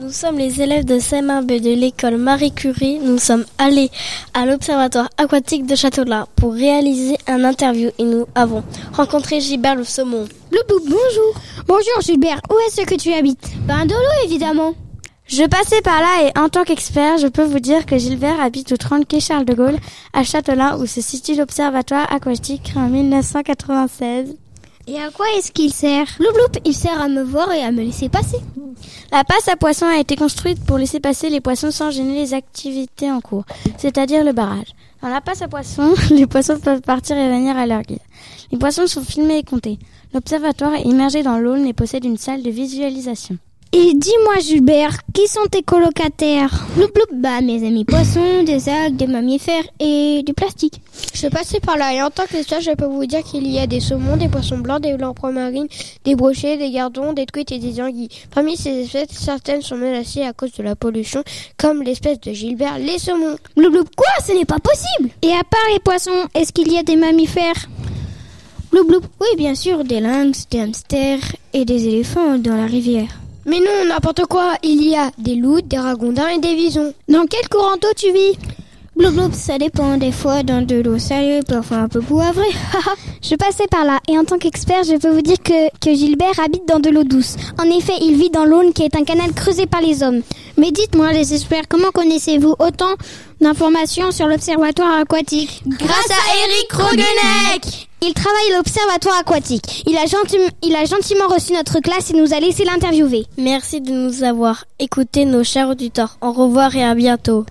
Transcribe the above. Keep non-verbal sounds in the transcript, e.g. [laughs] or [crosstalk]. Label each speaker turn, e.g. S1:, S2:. S1: Nous sommes les élèves de CM1B de l'école Marie Curie. Nous sommes allés à l'Observatoire aquatique de Châteaulin pour réaliser un interview et nous avons rencontré Gilbert le saumon.
S2: Le bouc, bonjour.
S3: Bonjour Gilbert, où est-ce que tu habites
S2: Ben dans l'eau évidemment.
S4: Je passais par là et en tant qu'expert, je peux vous dire que Gilbert habite au 30 quai Charles de Gaulle à Châtelain où se situe l'observatoire aquatique créé en 1996.
S3: Et à quoi est-ce qu'il sert
S2: Bloup bloup, il sert à me voir et à me laisser passer.
S4: La passe à poissons a été construite pour laisser passer les poissons sans gêner les activités en cours, c'est-à-dire le barrage. Dans la passe à poissons, [laughs] les poissons peuvent partir et venir à leur guise. Les poissons sont filmés et comptés. L'observatoire est immergé dans l'Aulne et possède une salle de visualisation.
S3: Et dis-moi Gilbert, qui sont tes colocataires
S2: Bloup bloup, bah mes amis poissons, des algues, des mammifères et du plastique.
S5: Je passais par là et en tant que ça, je peux vous dire qu'il y a des saumons, des poissons blancs, des lampres marines, des brochets, des gardons, des truites et des anguilles. Parmi ces espèces, certaines sont menacées à cause de la pollution, comme l'espèce de Gilbert, les saumons.
S2: Bloup bloup, quoi Ce n'est pas possible
S3: Et à part les poissons, est-ce qu'il y a des mammifères
S2: Bloup bloup, oui bien sûr, des lynx, des hamsters et des éléphants dans la rivière.
S5: Mais non, n'importe quoi, il y a des loups, des ragondins et des visons.
S3: Dans quel courant d'eau tu vis
S2: Bloup bloup, ça dépend, des fois dans de l'eau salée, parfois un peu poivrée.
S3: [laughs] Je passais par là et en tant qu'expert, je peux vous dire que, que Gilbert habite dans de l'eau douce. En effet, il vit dans l'Aulne qui est un canal creusé par les hommes. Mais dites-moi les experts, comment connaissez-vous autant d'informations sur l'observatoire aquatique
S6: Grâce à Eric Rogenek
S3: il travaille à l'observatoire aquatique. Il a, gentiment, il a gentiment reçu notre classe et nous a laissé l'interviewer.
S1: Merci de nous avoir écoutés, nos chers auditeurs. Au revoir et à bientôt.